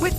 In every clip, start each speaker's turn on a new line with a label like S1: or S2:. S1: With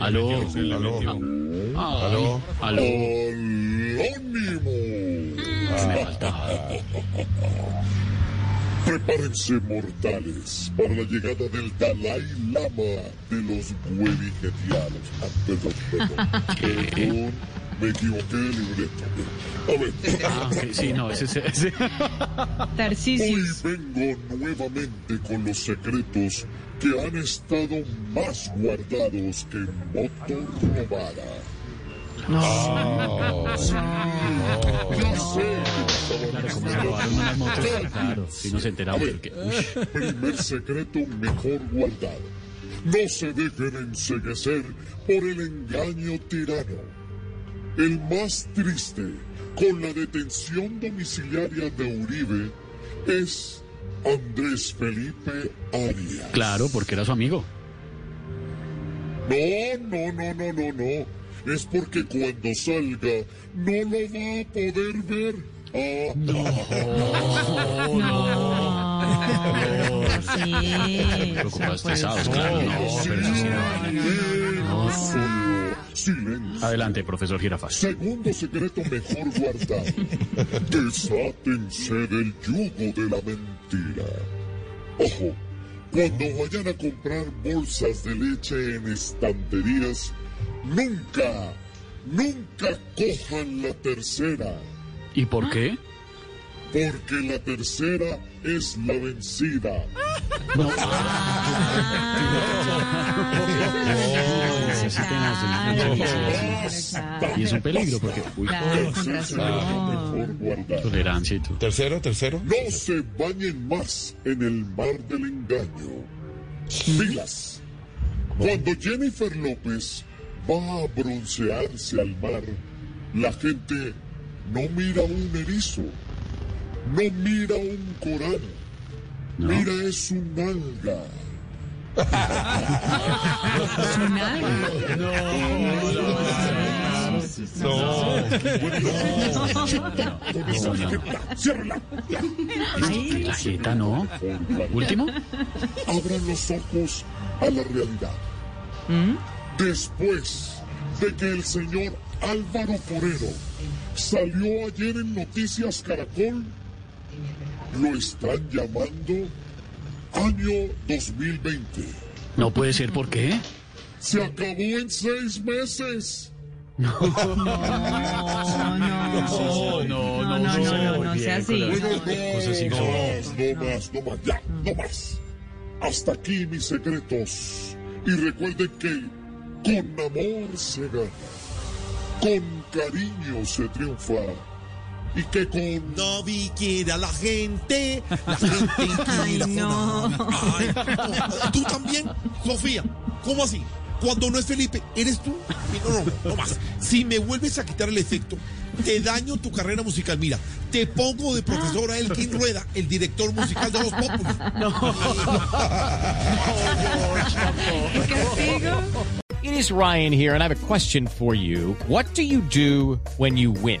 S2: Aló,
S3: Aló.
S2: Ay,
S3: Aló.
S2: aló,
S3: ¡Anónimo!
S2: se Ah, me faltaba.
S3: Prepárense, mortales, para la llegada del Dalai Lama de los huevigetianos. Ah, perdón, perdón. Perdón, me equivoqué de libreto. A ver.
S2: Ah, ok, sí, no, ese, ese, ese.
S4: Tarcisio,
S3: Hoy vengo nuevamente con los secretos que han estado más guardados que en moto robada. No. Ya Ah, sé que
S2: Claro,
S3: estaban
S2: como se robaron unas motos, claro, si nos enteramos. Porque, uy,
S3: Primer secreto mejor guardado. No se dejen enseguecer por el engaño tirano. El más triste con la detención domiciliaria de Uribe es Andrés Felipe Arias.
S2: claro, porque era su amigo.
S3: No, no, no, no, no, no. Es porque cuando salga no lo va a poder ver. Ah,
S4: sí.
S2: Preocupados, estresados, claro. No, pero eso sí no.
S3: eh, solo silencio.
S2: Adelante, profesor Girafas.
S3: Segundo secreto mejor guardado. Desátense del yugo de la mentira. Ojo, cuando vayan a comprar bolsas de leche en estanterías, nunca, nunca cojan la tercera,
S2: ¿Y por qué?
S3: porque la tercera es la vencida.
S4: Ah,
S2: Eso sí tenaz, sí, sí, sí. Y es un peligro porque, uy,
S4: Claro, Ah, con
S3: Tercer
S4: razón.
S3: secreto mejor guardado.
S2: tolerancia y todo.
S5: Tercero, tercero.
S3: No se bañen más en el mar del engaño. Filas. Cuando Jennifer López va a broncearse al mar, la gente no mira un erizo, no mira un coral, mira es un alga.
S2: No, no, no.
S3: Ciérrala.
S2: La jeta, ¿no? ¿Último?
S3: abran los ojos a la realidad. Después de que el señor Álvaro Forero salió ayer en Noticias Caracol, lo están llamando año 2020.
S2: No puede ser, ¿por qué?
S3: Se acabó en seis meses.
S2: No, no,
S4: No, no, no, no sea así.
S3: No, no más, no más, ya, no más. Hasta aquí mis secretos. Y recuerden que con amor se gana, con cariño se triunfa y que con...
S6: No vi que era la gente. La gente
S4: Ay,
S6: inquieta.
S4: no.
S6: Ay, tú también, Sofía. ¿Cómo así? Cuando no es Felipe, ¿eres tú? No, no, no más. Si me vuelves a quitar el efecto, te daño tu carrera musical. Mira, te pongo de profesor a Elkin Rueda, el director musical de Los Populi.
S7: It is Ryan here, and I have a question for you. What do you do when you win?